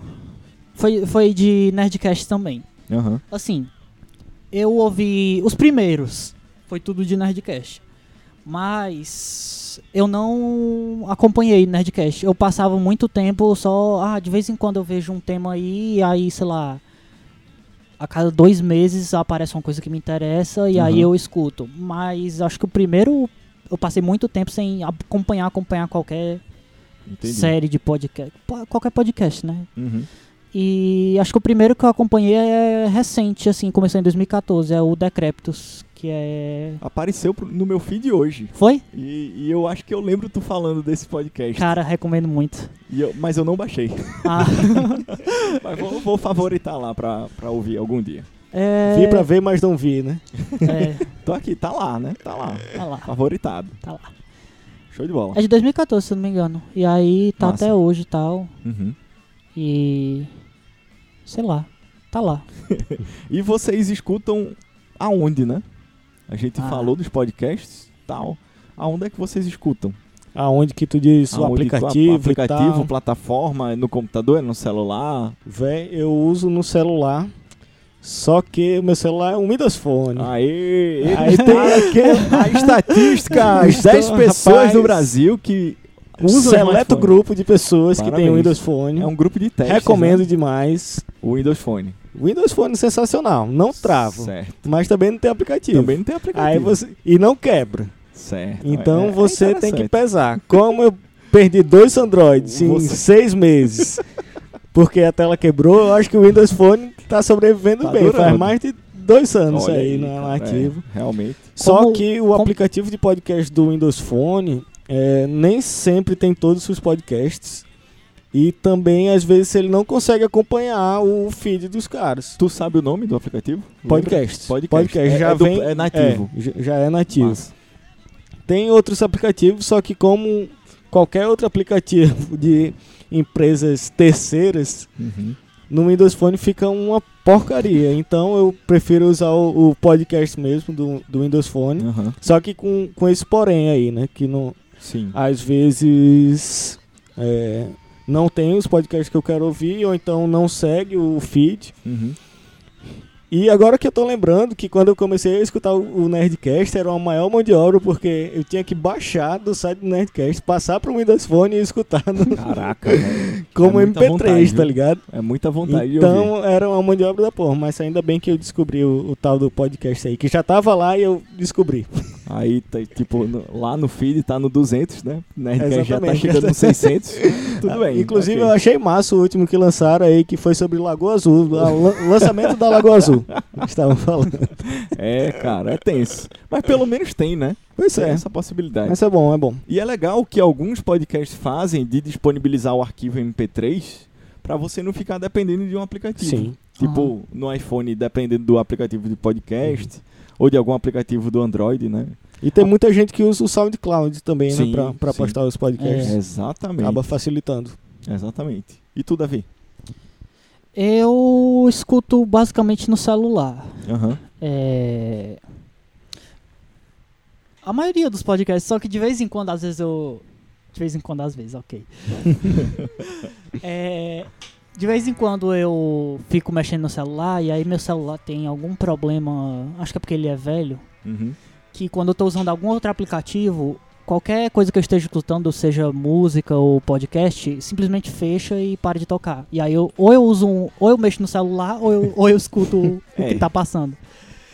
Speaker 2: foi, foi de Nerdcast também.
Speaker 1: Aham.
Speaker 2: assim, eu ouvi os primeiros, foi tudo de Nerdcast. Mas eu não acompanhei Nerdcast. Eu passava muito tempo só, ah, de vez em quando eu vejo um tema aí, e aí, sei lá, a cada dois meses aparece uma coisa que me interessa e aí
Speaker 1: Uhum.
Speaker 2: eu escuto. Mas acho que o primeiro eu passei muito tempo sem acompanhar, acompanhar qualquer
Speaker 1: Entendi.
Speaker 2: série de podcast, po- qualquer podcast, né?
Speaker 1: Uhum.
Speaker 2: E acho que o primeiro que eu acompanhei é recente, assim, começou em 2014, é o Decreptus, que que é.
Speaker 1: Apareceu pro- no meu feed hoje.
Speaker 2: Foi?
Speaker 1: E, e eu acho que eu lembro tu falando desse podcast.
Speaker 2: Cara, recomendo muito.
Speaker 1: E eu- mas eu não baixei.
Speaker 2: Ah,
Speaker 1: Mas vou, vou favoritar lá pra, pra ouvir algum dia.
Speaker 2: é...
Speaker 3: Vi pra ver, mas não vi, né?
Speaker 2: É,
Speaker 1: Tô aqui, tá lá, né? Tá lá.
Speaker 2: tá lá,
Speaker 1: Favoritado.
Speaker 2: tá lá.
Speaker 1: Show de bola.
Speaker 2: É de 2014, se eu não me engano. E aí tá
Speaker 1: Massa.
Speaker 2: até hoje e tal.
Speaker 1: Uhum.
Speaker 2: E. Sei lá. Tá lá.
Speaker 1: E vocês escutam aonde, né? A gente
Speaker 2: Ah.
Speaker 1: falou dos podcasts tal. Aonde é que vocês escutam?
Speaker 3: Aonde que tu diz o
Speaker 1: Aonde?
Speaker 3: aplicativo,
Speaker 1: aplicativo,
Speaker 3: e tal.
Speaker 1: plataforma, é no computador, é no celular.
Speaker 3: Véi, eu uso no celular, só que o meu celular é um Windows Phone.
Speaker 1: Ah, Aí,
Speaker 3: Aí tem
Speaker 1: tá *laughs*
Speaker 3: aquele...
Speaker 1: a *laughs* estatística, as 10
Speaker 3: Então,
Speaker 1: pessoas
Speaker 3: rapaz,
Speaker 1: do Brasil que usam
Speaker 3: seleto
Speaker 1: smartphone.
Speaker 3: grupo de pessoas que tem
Speaker 1: Parabéns.
Speaker 3: o Windows Phone.
Speaker 1: É um grupo de testes.
Speaker 3: Recomendo
Speaker 1: né?
Speaker 3: demais.
Speaker 1: o Windows Phone.
Speaker 3: Windows Phone sensacional, não travo,
Speaker 1: Certo.
Speaker 3: mas também não tem aplicativo.
Speaker 1: Também não tem aplicativo.
Speaker 3: Aí você e não quebra.
Speaker 1: Certo.
Speaker 3: Então
Speaker 1: é- é
Speaker 3: você tem que
Speaker 1: interessante.
Speaker 3: pesar. Como eu perdi dois Androids em
Speaker 1: Você- *laughs*
Speaker 3: seis meses, porque a tela quebrou, eu acho que o Windows Phone tá sobrevivendo
Speaker 1: Tá
Speaker 3: bem. Faz
Speaker 1: durando.
Speaker 3: mais de dois anos
Speaker 1: Olha
Speaker 3: aí, no
Speaker 1: cara,
Speaker 3: ativo.
Speaker 1: é, realmente.
Speaker 3: Só
Speaker 2: Como-
Speaker 3: que o
Speaker 2: como-
Speaker 3: aplicativo de podcast do Windows Phone é, nem sempre tem todos os podcasts. E também, às vezes, ele não consegue acompanhar o feed dos caras.
Speaker 1: Tu sabe o nome do aplicativo?
Speaker 3: Podcast.
Speaker 1: Podcast.
Speaker 3: Podcast.
Speaker 1: É-
Speaker 3: já
Speaker 1: é dupl-
Speaker 3: vem,
Speaker 1: é nativo.
Speaker 3: é, já- já é nativo.
Speaker 1: Massa.
Speaker 3: Tem outros aplicativos, só que como qualquer outro aplicativo de empresas terceiras,
Speaker 1: Uhum.
Speaker 3: no Windows Phone fica uma porcaria. Então eu prefiro usar o, o podcast mesmo do, do Windows Phone.
Speaker 1: Aham.
Speaker 3: Só que com, com esse porém aí, né? Que não,
Speaker 1: Sim.
Speaker 3: às vezes é, não tem os podcasts que eu quero ouvir, ou então não segue o feed.
Speaker 1: Uhum.
Speaker 3: E agora que eu tô lembrando que quando eu comecei a escutar o o Nerdcast era uma maior mão de obra, porque eu tinha que baixar do site do Nerdcast, passar pro Windows Phone e escutar
Speaker 1: *laughs*
Speaker 3: no-
Speaker 1: Caraca, velho.
Speaker 3: como
Speaker 1: é muita
Speaker 3: MP3,
Speaker 1: vontade,
Speaker 3: tá
Speaker 1: viu?
Speaker 3: ligado?
Speaker 1: É muita vontade de ouvir.
Speaker 3: Então era uma mão de obra da porra, mas ainda bem que eu descobri o, o tal do podcast aí, que já tava lá e eu descobri.
Speaker 1: Aí, tá, tipo, no- lá no feed tá no 200, né? Nerdcast já tá
Speaker 3: Exatamente.
Speaker 1: chegando no
Speaker 3: *laughs*
Speaker 1: Ah, 600. Tudo bem.
Speaker 3: Inclusive,
Speaker 1: É, então, ok.
Speaker 3: eu achei massa o último que lançaram aí, que foi sobre Lagoa Azul, o lançamento da
Speaker 1: *laughs*
Speaker 3: Lagoa Azul. Estavam falando.
Speaker 1: É, cara, é tenso. Mas pelo menos tem, né?
Speaker 3: Pois
Speaker 1: Tem
Speaker 3: é.
Speaker 1: essa possibilidade.
Speaker 3: Mas é bom, é bom.
Speaker 1: E é legal que alguns podcasts fazem de disponibilizar o arquivo MP3 pra você não ficar dependendo de um aplicativo.
Speaker 3: Sim.
Speaker 1: Tipo,
Speaker 2: Ah.
Speaker 1: no iPhone, dependendo do aplicativo de podcast ou de algum aplicativo do Android, né?
Speaker 3: E tem muita gente que usa o SoundCloud também,
Speaker 1: Sim,
Speaker 3: né? Pra, pra
Speaker 1: sim.
Speaker 3: postar os
Speaker 2: É.
Speaker 3: podcasts.
Speaker 1: Exatamente.
Speaker 3: Acaba facilitando.
Speaker 1: Exatamente. E tu, Davi?
Speaker 2: Eu escuto basicamente no celular.
Speaker 1: Aham.
Speaker 2: É... A maioria dos podcasts, só que de vez em quando, às vezes eu. De vez em quando, às vezes, ok. É, De vez em quando eu fico mexendo no celular e aí meu celular tem algum problema. Acho que é porque ele é velho.
Speaker 1: Uhum.
Speaker 2: Que quando eu tô usando algum outro aplicativo, qualquer coisa que eu esteja escutando, seja música ou podcast, simplesmente fecha e para de tocar. E aí eu ou eu uso um. Ou eu mexo no celular ou eu, ou eu escuto o
Speaker 1: É.
Speaker 2: que tá passando.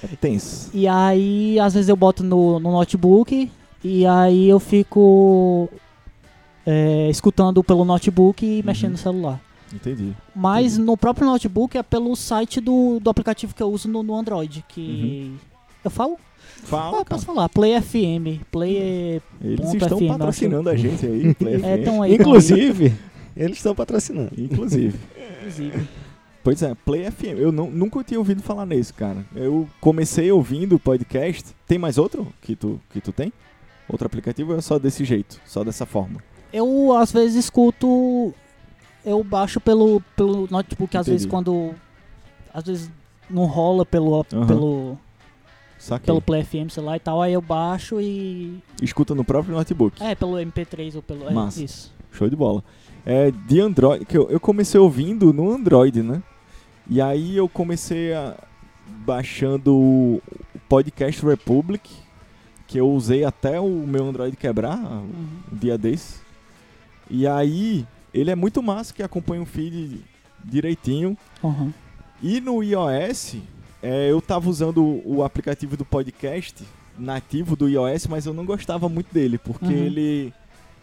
Speaker 1: É tenso.
Speaker 2: E aí, às vezes eu boto no, no notebook e aí eu fico é, escutando pelo notebook e
Speaker 1: Uhum.
Speaker 2: mexendo no celular.
Speaker 1: Entendi.
Speaker 2: Mas no próprio notebook é pelo site do, do aplicativo que eu uso no, no Android,
Speaker 1: Uhum.
Speaker 2: que... Eu falo?
Speaker 1: Fala,
Speaker 2: Ah, posso
Speaker 1: cara.
Speaker 2: falar. Play FM. Play...
Speaker 1: Eles
Speaker 2: Ponto
Speaker 1: estão
Speaker 2: FM,
Speaker 1: patrocinando a gente
Speaker 2: *laughs*
Speaker 1: aí, Play
Speaker 2: É,
Speaker 1: FM.
Speaker 2: tão aí. tão
Speaker 3: *laughs* Inclusive, eles estão patrocinando.
Speaker 1: Inclusive.
Speaker 2: aí, inclusive.
Speaker 1: Pois é, Play FM. Eu não, nunca tinha ouvido falar nisso, cara. Eu comecei ouvindo o podcast. Tem mais outro que tu, que tu tem? Outro aplicativo ou é só desse jeito? Só dessa forma?
Speaker 2: Eu, às vezes, escuto... Eu baixo pelo, pelo notebook, às vezes,
Speaker 1: Entendi.
Speaker 2: quando... Às vezes não rola pelo...
Speaker 1: Aham.
Speaker 2: pelo
Speaker 1: Saquei.
Speaker 2: pelo Play FM, sei lá e tal, aí eu baixo e.
Speaker 1: Escuta no próprio notebook.
Speaker 2: É, pelo MP3 ou pelo. é,
Speaker 1: Massa.
Speaker 2: isso.
Speaker 1: Show de bola. É, de Android, que eu, eu comecei ouvindo no Android, né? E aí eu comecei a, baixando o Podcast Republic, que eu usei até o meu Android quebrar
Speaker 2: Uhum.
Speaker 1: um dia desse. E aí ele é muito massa que acompanha o feed direitinho.
Speaker 2: Uhum.
Speaker 1: E no iOS, é, eu tava usando o aplicativo do podcast nativo do iOS, mas eu não gostava muito dele, porque
Speaker 2: Uhum.
Speaker 1: ele,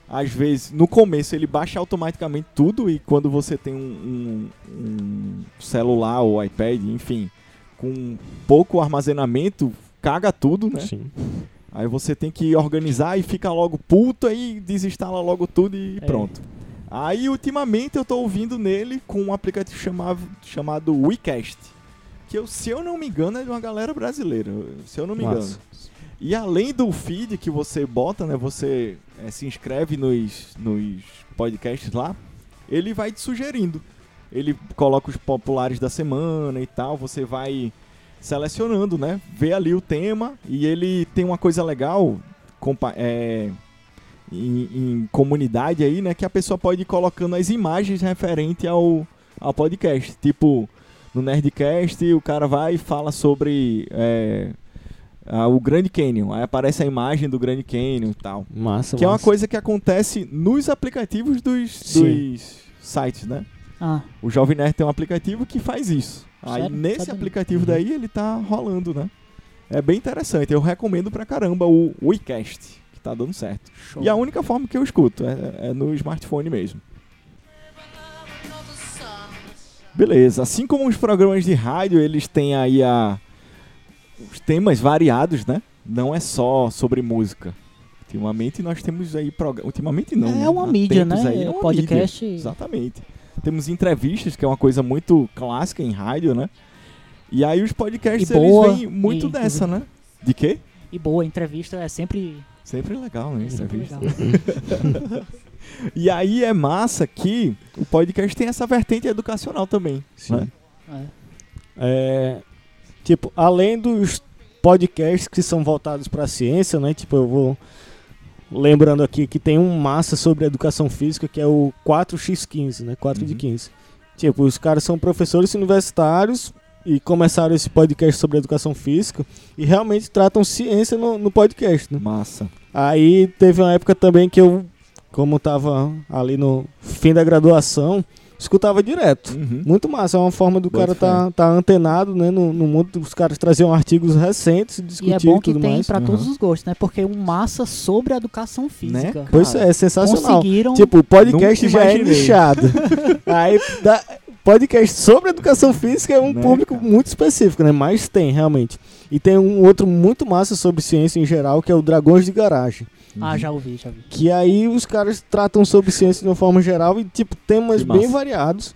Speaker 1: às vezes, no começo ele baixa automaticamente tudo e quando você tem um, um- um celular ou iPad, enfim, com pouco armazenamento, caga tudo, né?
Speaker 3: Sim.
Speaker 1: Aí você tem que organizar e fica logo puto aí desinstala logo tudo e
Speaker 2: É.
Speaker 1: pronto. Aí ultimamente eu tô ouvindo nele com um aplicativo chamado, chamado WeCast. Que eu, se eu não me engano, é de uma galera brasileira. Se eu não me engano.
Speaker 3: Massa.
Speaker 1: E além do feed que você bota, né? Você eh, se inscreve nos, nos podcasts lá, ele vai te sugerindo. Ele coloca os populares da semana e tal, você vai selecionando, né? Vê ali o tema e ele tem uma coisa legal compa- eh, em, em comunidade aí, né? Que a pessoa pode ir colocando as imagens referente ao, ao podcast. Tipo, no Nerdcast o cara vai e fala sobre... eh, ah, o Grand Canyon. Aí aparece a imagem do Grand Canyon e tal.
Speaker 3: Massa,
Speaker 1: Que é uma
Speaker 3: massa.
Speaker 1: coisa que acontece nos aplicativos dos,
Speaker 3: Sim.
Speaker 1: dos sites, né?
Speaker 2: Ah,
Speaker 1: O Jovem Nerd tem um aplicativo que faz isso. Aí
Speaker 2: Sério?
Speaker 1: nesse
Speaker 2: Sabia.
Speaker 1: aplicativo
Speaker 3: Uhum.
Speaker 1: daí ele tá rolando, né? É bem interessante. Eu recomendo pra caramba o WeCast, que tá dando certo.
Speaker 2: show.
Speaker 3: é um
Speaker 1: E a única forma que eu escuto é, é no smartphone mesmo. Beleza, assim como os programas de rádio, eles têm aí a... os temas variados, né? Não é só sobre música. Ultimamente nós temos aí progra- Ultimamente não. né?
Speaker 2: é uma
Speaker 1: Há
Speaker 2: mídia, né?
Speaker 1: tempos aí é uma mídia.
Speaker 2: podcast.
Speaker 1: Exatamente. Temos entrevistas, que é uma coisa muito clássica em rádio, né? E aí os podcasts,
Speaker 2: E
Speaker 1: eles
Speaker 2: boa,
Speaker 1: vêm muito
Speaker 2: e-
Speaker 1: dessa, né? De quê?
Speaker 2: E boa, entrevista é sempre,
Speaker 1: Sempre legal, né?
Speaker 2: sempre
Speaker 1: Entrevista.
Speaker 2: legal.
Speaker 1: E aí é massa que o podcast tem essa vertente educacional também.
Speaker 3: Sim.
Speaker 1: né?
Speaker 2: É.
Speaker 3: É, tipo, além dos podcasts que são voltados para a ciência, né? Tipo, eu vou lembrando aqui que tem um massa sobre educação física que é o 4x15, né? 4 de
Speaker 1: Uhum.
Speaker 3: 15. Tipo, os caras são professores universitários e começaram esse podcast sobre educação física e realmente tratam ciência no, no podcast, né?
Speaker 1: Massa.
Speaker 3: Aí teve uma época também que eu, como tava ali no fim da graduação, escutava direto.
Speaker 1: Uhum.
Speaker 3: Muito massa, é uma forma do
Speaker 1: Boto
Speaker 3: cara tá, tá antenado, né? No, no mundo, os caras traziam artigos recentes,
Speaker 2: E
Speaker 3: discutir
Speaker 2: é
Speaker 3: e
Speaker 2: bom que
Speaker 3: tudo
Speaker 2: tem
Speaker 3: mais.
Speaker 2: pra todos
Speaker 1: Aham. Né,
Speaker 2: os gostos, né? Porque um massa sobre a educação física.
Speaker 1: cara?
Speaker 3: Pois é, é sensacional.
Speaker 2: Conseguiram.
Speaker 3: Tipo, o podcast
Speaker 1: Nunca
Speaker 3: já é
Speaker 1: imaginei. *laughs*
Speaker 3: nichado. Aí dá- podcast sobre educação física é um
Speaker 1: Né,
Speaker 3: público
Speaker 1: cara?
Speaker 3: muito específico, né? Mas tem, realmente. E tem um outro muito massa sobre ciência em geral, que é o Dragões de Garagem.
Speaker 2: Ah, já ouvi, já ouvi.
Speaker 3: Que aí os caras tratam sobre ciência de uma forma geral e, tipo, temas
Speaker 1: Que
Speaker 3: bem
Speaker 1: massa.
Speaker 3: variados.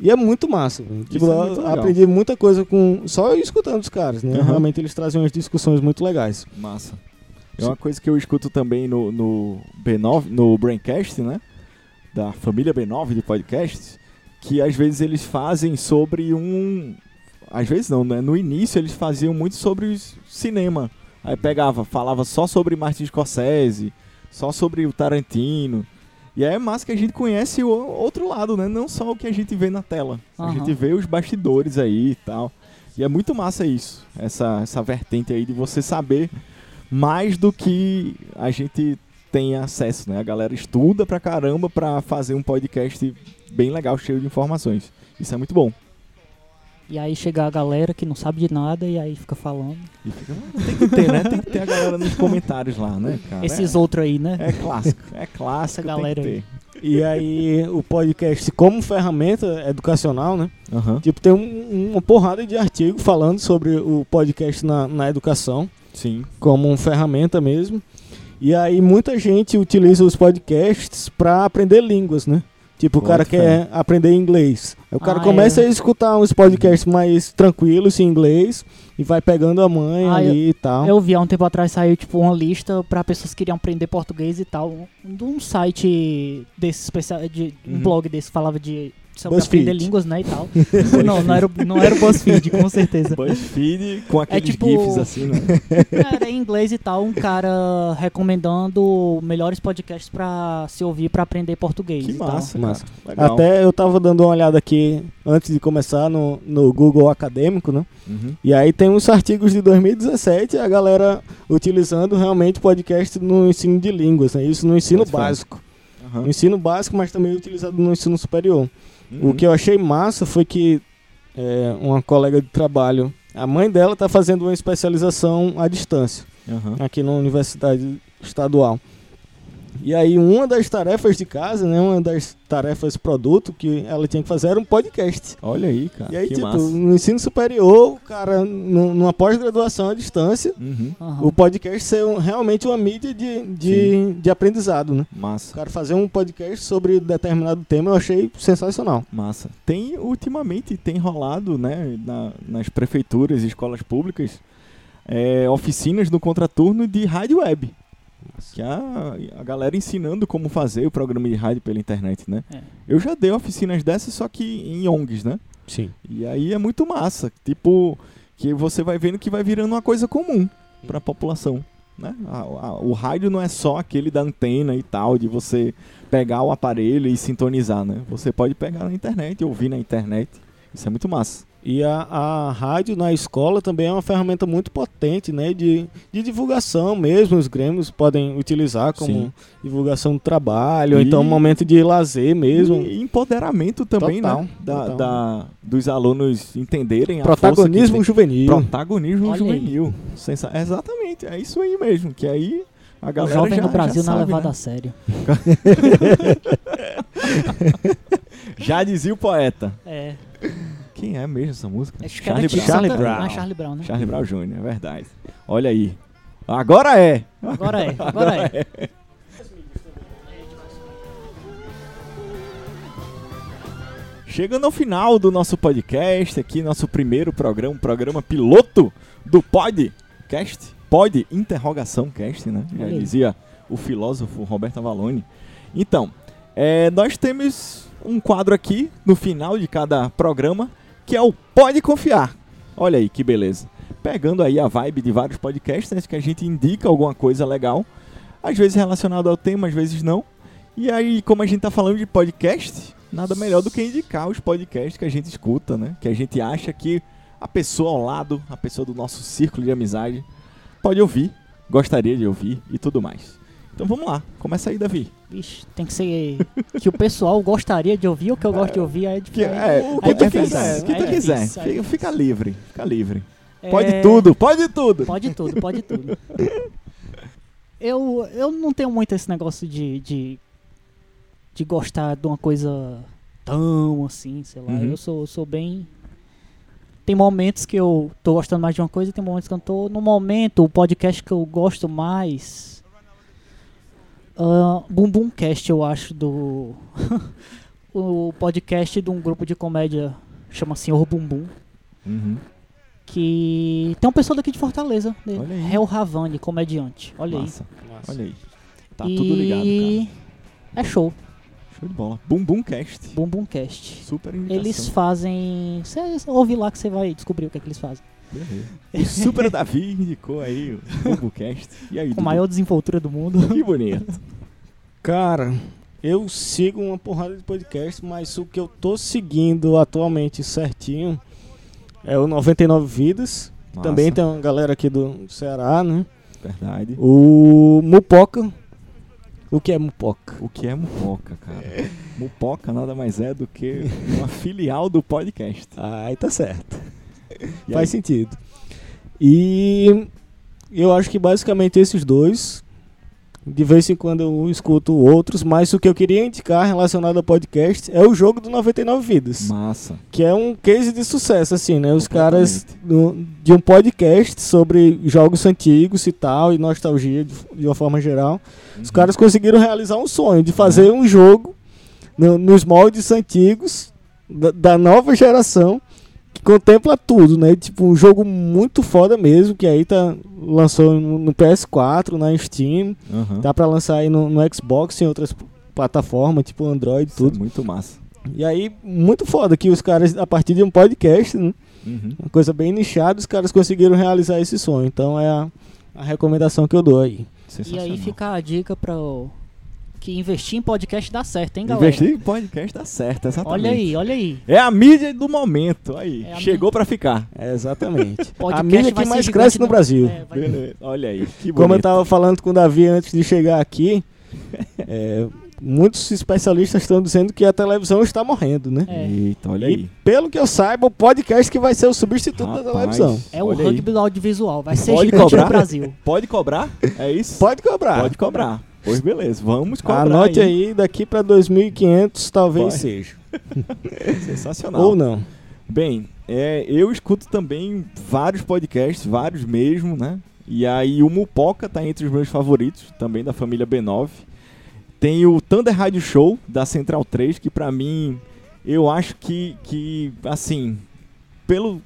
Speaker 3: E é muito massa, velho. Tipo,
Speaker 1: Isso é
Speaker 3: eu
Speaker 1: muito legal.
Speaker 3: aprendi muita coisa com. Só escutando os caras, né?
Speaker 1: Aham.
Speaker 3: Realmente eles trazem umas discussões muito legais.
Speaker 1: Massa. É uma coisa que eu escuto também no, no B9, no Braincast, né? Da família B9 de podcasts, que às vezes eles fazem sobre um. Às vezes não, né? No início eles faziam muito sobre os- cinema. Aí pegava, falava só sobre Martin Scorsese, só sobre o Tarantino. E aí é massa que a gente conhece o outro lado, né? Não só o que a gente vê na tela. A
Speaker 2: Aham.
Speaker 1: gente vê os bastidores aí e tal. E é muito massa isso, essa, essa vertente aí de você saber mais do que a gente tem acesso, né? A galera estuda pra caramba pra fazer um podcast bem legal, cheio de informações. Isso é muito bom.
Speaker 2: E aí chega a galera que não sabe de nada e aí fica falando.
Speaker 1: E fica- tem que ter, né? Tem que ter a galera nos comentários lá, né, cara?
Speaker 2: Esses outros aí, né?
Speaker 1: é, é clássico, é clássico,
Speaker 2: Essa galera
Speaker 1: tem que
Speaker 3: E aí o podcast, como ferramenta educacional, né?
Speaker 1: ter. Aham,
Speaker 3: Tipo, tem um- uma porrada de artigo falando sobre o podcast na, na educação.
Speaker 1: Sim,
Speaker 3: como uma ferramenta mesmo. E aí muita gente utiliza os podcasts para aprender línguas, né? Tipo, o
Speaker 1: Bota
Speaker 3: cara
Speaker 1: fé.
Speaker 3: quer aprender inglês. Aí o cara
Speaker 2: Ah,
Speaker 3: começa
Speaker 2: é.
Speaker 3: a escutar uns podcasts mais tranquilos em inglês e vai pegando a mãe
Speaker 2: Ah,
Speaker 3: ali e tal.
Speaker 2: Eu vi há um tempo atrás saiu tipo uma lista pra pessoas que queriam aprender português e tal. Um- De um site desse especial, de um
Speaker 1: Uhum.
Speaker 2: blog desse falava de sobre
Speaker 3: BuzzFeed.
Speaker 2: aprender línguas, né, e
Speaker 1: *laughs*
Speaker 2: tal. *laughs* não, não era, o- não era o BuzzFeed, com certeza.
Speaker 1: BuzzFeed com aqueles
Speaker 2: tipo-
Speaker 1: gifs assim, né?
Speaker 2: *laughs* Era em inglês e tal, um cara recomendando melhores podcasts pra se ouvir pra aprender português
Speaker 1: Que
Speaker 2: e tal.
Speaker 1: massa,
Speaker 3: Massa.
Speaker 1: cara. Legal.
Speaker 3: Até eu tava dando uma olhada aqui antes de começar no, no Google Acadêmico, né?
Speaker 1: Uhum.
Speaker 3: E aí tem uns artigos de 2017, a galera utilizando realmente podcast no ensino de línguas, né? Isso no ensino
Speaker 1: Bota fé.
Speaker 3: básico.
Speaker 1: Aham.
Speaker 3: No ensino básico, mas também utilizado no ensino superior.
Speaker 1: Uhum.
Speaker 3: O que eu achei massa foi que é, uma colega de trabalho, a mãe dela está fazendo uma especialização à distância,
Speaker 1: Uhum. Aham.
Speaker 3: aqui na Universidade Estadual. E aí uma das tarefas de casa, né, uma das tarefas produto que ela tinha que fazer era um podcast.
Speaker 1: Olha aí, cara.
Speaker 3: e aí,
Speaker 1: Ah, que
Speaker 3: tipo,
Speaker 1: massa.
Speaker 3: no ensino superior, o cara, nu- numa pós-graduação à distância,
Speaker 1: Uhum.
Speaker 2: Aham.
Speaker 3: o podcast ser um- realmente uma mídia de, de, de aprendizado, né? O
Speaker 1: Massa,
Speaker 3: cara fazer um podcast sobre determinado tema eu achei sensacional.
Speaker 1: massa. Tem, ultimamente, tem rolado, né, na- nas prefeituras e escolas públicas, é, oficinas no contraturno de rádio web. Que a, a galera ensinando como fazer o programa de rádio pela internet, né?
Speaker 2: É.
Speaker 1: Eu já dei oficinas dessas, só que em ONGs, né?
Speaker 3: Sim.
Speaker 1: E aí é muito massa. Tipo, que você vai vendo que vai virando uma coisa comum pra população. Né? A- a- o rádio não é só aquele da antena e tal, de você pegar o aparelho e sintonizar, né? Você pode pegar na internet, ouvir na internet. Isso é muito massa.
Speaker 3: E a, a rádio na escola também é uma ferramenta muito potente, né? De, de divulgação mesmo, os grêmios podem utilizar como
Speaker 1: Sim.
Speaker 3: divulgação do trabalho, ou
Speaker 1: E-
Speaker 3: então momento de lazer mesmo.
Speaker 1: E empoderamento também,
Speaker 3: Total,
Speaker 1: né? Da,
Speaker 3: total.
Speaker 1: da- dos alunos entenderem a força que
Speaker 3: Protagonismo
Speaker 1: tem.
Speaker 3: juvenil.
Speaker 1: Protagonismo
Speaker 2: Olha aí.
Speaker 1: juvenil. Sensa- Exatamente, é isso aí mesmo. Que aí a
Speaker 2: O
Speaker 1: galera
Speaker 2: jovem
Speaker 1: já,
Speaker 2: no Brasil
Speaker 1: já
Speaker 2: não é
Speaker 1: sabe,
Speaker 2: levado
Speaker 1: né?
Speaker 2: a sério.
Speaker 1: Já dizia o poeta.
Speaker 2: É.
Speaker 1: Quem é mesmo essa música?
Speaker 2: Acho que
Speaker 1: Charlie
Speaker 2: era Tito
Speaker 1: Brown.
Speaker 3: Charlie
Speaker 2: Santana.
Speaker 3: Brown.
Speaker 2: Ah, Charlie Brown, né?
Speaker 1: Charlie Brown Jr., é verdade. Olha aí. Agora é! *laughs*
Speaker 2: Agora é, agora é.
Speaker 1: Chegando ao final do nosso podcast, aqui nosso primeiro programa, um programa piloto do podcast. Pod, interrogação cast, né? Já
Speaker 2: Olha aí.
Speaker 1: dizia o filósofo Roberto Avalone. Então, é, nós temos um quadro aqui no final de cada programa, que é o Pode Confiar. Olha aí que beleza. Pegando aí a vibe de vários podcasts, né, que a gente indica alguma coisa legal, às vezes relacionado ao tema, às vezes não. E aí, como a gente tá falando de podcast, nada melhor do que indicar os podcasts que a gente escuta, né? Que a gente acha que a pessoa ao lado, a pessoa do nosso círculo de amizade, pode ouvir, gostaria de ouvir e tudo mais. Então vamos lá, começa aí, Davi.
Speaker 2: Vixe, tem que ser que o pessoal gostaria de ouvir ou que eu gosto de ouvir, aí
Speaker 1: *laughs*
Speaker 2: é
Speaker 1: Que,
Speaker 2: diferente.
Speaker 1: é, o que
Speaker 2: é
Speaker 1: tu
Speaker 2: difícil,
Speaker 1: quiser, o que
Speaker 2: é
Speaker 1: tu
Speaker 2: difícil,
Speaker 1: quiser.
Speaker 2: é
Speaker 1: Fica,
Speaker 2: difícil.
Speaker 1: fica livre, fica livre.
Speaker 2: É,
Speaker 1: Pode tudo, pode tudo.
Speaker 2: Pode tudo, pode tudo. eu, eu não tenho muito esse negócio de, de, de gostar de uma coisa tão assim, sei lá.
Speaker 1: Uhum.
Speaker 2: Eu sou, sou bem. Tem momentos que eu tô gostando mais de uma coisa e tem momentos que eu não tô. No momento, o podcast que eu gosto mais. ah, Bum Bum Cast, eu acho, do. *laughs* o podcast de um grupo de comédia chama Senhor Bumbum
Speaker 1: Uhum.
Speaker 2: que tem um pessoal daqui de Fortaleza, né?
Speaker 1: Olha aí.
Speaker 2: Hel Ravani, comediante. Olha
Speaker 1: Massa,
Speaker 3: Nossa.
Speaker 1: olha aí. Tá
Speaker 2: aí.
Speaker 1: tudo ligado, cara.
Speaker 2: e é show,
Speaker 1: Show de bola. Bum Bum Cast.
Speaker 2: Bum Bum Cast.
Speaker 1: Super indicação.
Speaker 2: Eles fazem, você ouve lá que você vai descobrir o que é que eles fazem.
Speaker 1: Beleza. O Super Davi indicou aí o Bumbocast. E aí,
Speaker 2: Com
Speaker 1: Dudu?
Speaker 2: a maior desenvoltura do
Speaker 1: *laughs*
Speaker 2: mundo.
Speaker 1: Que
Speaker 2: *laughs*
Speaker 1: bonito.
Speaker 3: Cara, eu sigo uma porrada de podcast, mas o que eu tô seguindo atualmente certinho é o 99 Vidas. que Também tem uma galera aqui do Ceará, né?
Speaker 1: Verdade.
Speaker 3: O Mupoca. O que é Mupoca?
Speaker 1: O que é Mupoca, cara? Mupoca nada mais é do que uma filial do podcast.
Speaker 3: Aí tá certo.
Speaker 1: E
Speaker 3: Faz
Speaker 1: aí?
Speaker 3: sentido. E eu acho que basicamente esses dois. De vez em quando eu escuto outros, mas o que eu queria indicar relacionado ao podcast é o jogo do 99 Vidas.
Speaker 1: Massa.
Speaker 3: que é um case de sucesso, assim, né? Os caras
Speaker 1: Completamente.
Speaker 3: do- de um podcast sobre jogos antigos e tal, e nostalgia de, de uma forma geral. Os caras conseguiram realizar um sonho de fazer um jogo no- nos moldes antigos da, da nova geração que contempla tudo, né? Tipo, um jogo muito foda mesmo, que aí tá, lançou no, no PS4, na Steam,
Speaker 1: Aham.
Speaker 2: Tá
Speaker 3: dá pra lançar aí no, no Xbox e em outras plataformas, tipo Android e
Speaker 1: Isso é
Speaker 3: tudo.
Speaker 1: muito massa.
Speaker 3: E aí, muito foda que os caras, a partir de um podcast, né,
Speaker 1: Uhum.
Speaker 3: uma coisa bem nichada, os caras conseguiram realizar esse sonho. Então é a, a recomendação que eu dou aí.
Speaker 2: E
Speaker 1: Sensacional.
Speaker 2: aí fica a dica para que investir em podcast dá certo, hein, galera?
Speaker 1: Investir em podcast dá certo, exatamente.
Speaker 2: Olha aí, olha aí.
Speaker 1: É a mídia do momento. Aí,
Speaker 2: É a
Speaker 1: chegou pra ficar.
Speaker 2: *laughs*
Speaker 3: É, exatamente.
Speaker 2: Podcast
Speaker 3: a mídia
Speaker 2: vai
Speaker 3: que
Speaker 2: ser
Speaker 3: mais
Speaker 2: gigante
Speaker 3: cresce no
Speaker 2: na-
Speaker 3: Brasil.
Speaker 2: É, vai- tá
Speaker 1: Beleza. Olha aí, que bonito.
Speaker 3: Como eu tava falando com o Davi antes de chegar aqui, é, muitos especialistas estão dizendo que a televisão está morrendo, né?
Speaker 2: É.
Speaker 1: Eita, olha
Speaker 3: E
Speaker 1: aí.
Speaker 3: Pelo que eu saiba, o podcast que vai ser o substituto da
Speaker 1: Rapaz,
Speaker 3: televisão.
Speaker 2: É o
Speaker 1: olha aí.
Speaker 2: rugby do audiovisual, vai ser
Speaker 1: Pode
Speaker 2: gigante
Speaker 1: cobrar?
Speaker 2: no Brasil. *laughs*
Speaker 1: Pode cobrar? É isso?
Speaker 3: Pode cobrar.
Speaker 1: Pode cobrar. Pois beleza, vamos cobrar
Speaker 3: Anote aí, daqui pra 2.500 talvez
Speaker 1: Vai.
Speaker 3: seja.
Speaker 1: Sensacional.
Speaker 3: Ou não.
Speaker 1: Bem, é, eu escuto também vários podcasts, vários mesmo, né? E aí o Mupoca tá entre os meus favoritos, também da família B9. Tem o Thunder Radio Show, da Central 3, que pra mim, eu acho que, que assim, pelo...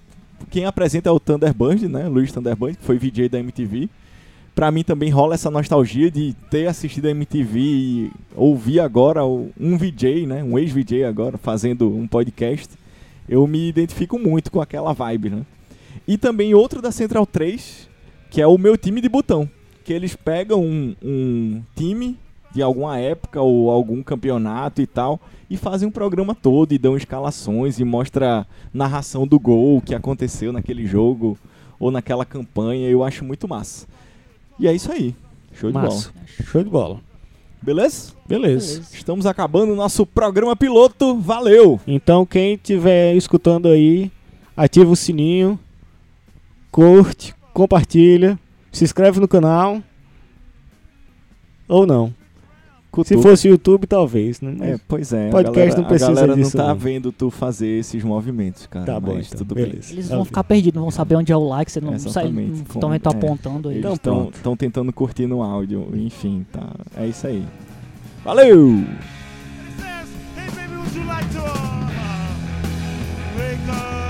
Speaker 1: Quem apresenta é o Thunderbird, né? Luiz Thunderbird, que foi VJ da MTV. Pra mim também rola essa nostalgia de ter assistido a MTV e ouvir agora o- um VJ, né? Um ex-VJ agora, fazendo um podcast eu me identifico muito com aquela vibe, né? E também outro da Central 3, que é o meu time de botão. Que eles pegam um, um time de alguma época ou algum campeonato e tal, e fazem um programa todo e dão escalações e mostra narração do gol que aconteceu naquele jogo ou naquela campanha. Eu acho muito massa. E é isso aí. Show de bola.
Speaker 3: Massa. Show de bola.
Speaker 1: Beleza?
Speaker 3: Beleza.
Speaker 2: Beleza.
Speaker 1: Estamos acabando o nosso programa piloto. Valeu!
Speaker 3: Então quem estiver escutando aí, ativa o sininho, curte, compartilha, se inscreve no canal. Ou não. Se
Speaker 1: Cutuca.
Speaker 3: fosse YouTube, talvez, né?
Speaker 1: É,
Speaker 3: Mas
Speaker 1: pois é.
Speaker 3: podcast
Speaker 1: a galera,
Speaker 3: não precisa
Speaker 1: a galera
Speaker 3: disso,
Speaker 1: não tá
Speaker 3: não.
Speaker 1: vendo tu fazer esses movimentos, cara.
Speaker 3: Tá bom,
Speaker 1: mas
Speaker 3: então,
Speaker 1: tudo bem.
Speaker 3: beleza.
Speaker 2: Eles
Speaker 3: Tá
Speaker 2: vão
Speaker 3: ok.
Speaker 2: ficar perdidos, não vão saber onde é o like, você não sai,
Speaker 1: Exatamente,
Speaker 2: não-
Speaker 1: como-
Speaker 2: também tá
Speaker 1: é.
Speaker 2: apontando aí.
Speaker 1: Eles
Speaker 3: Então,
Speaker 1: estão tentando curtir no áudio, enfim, tá. É isso aí. Valeu!
Speaker 4: says, hey baby, would you like to uh, uh, make a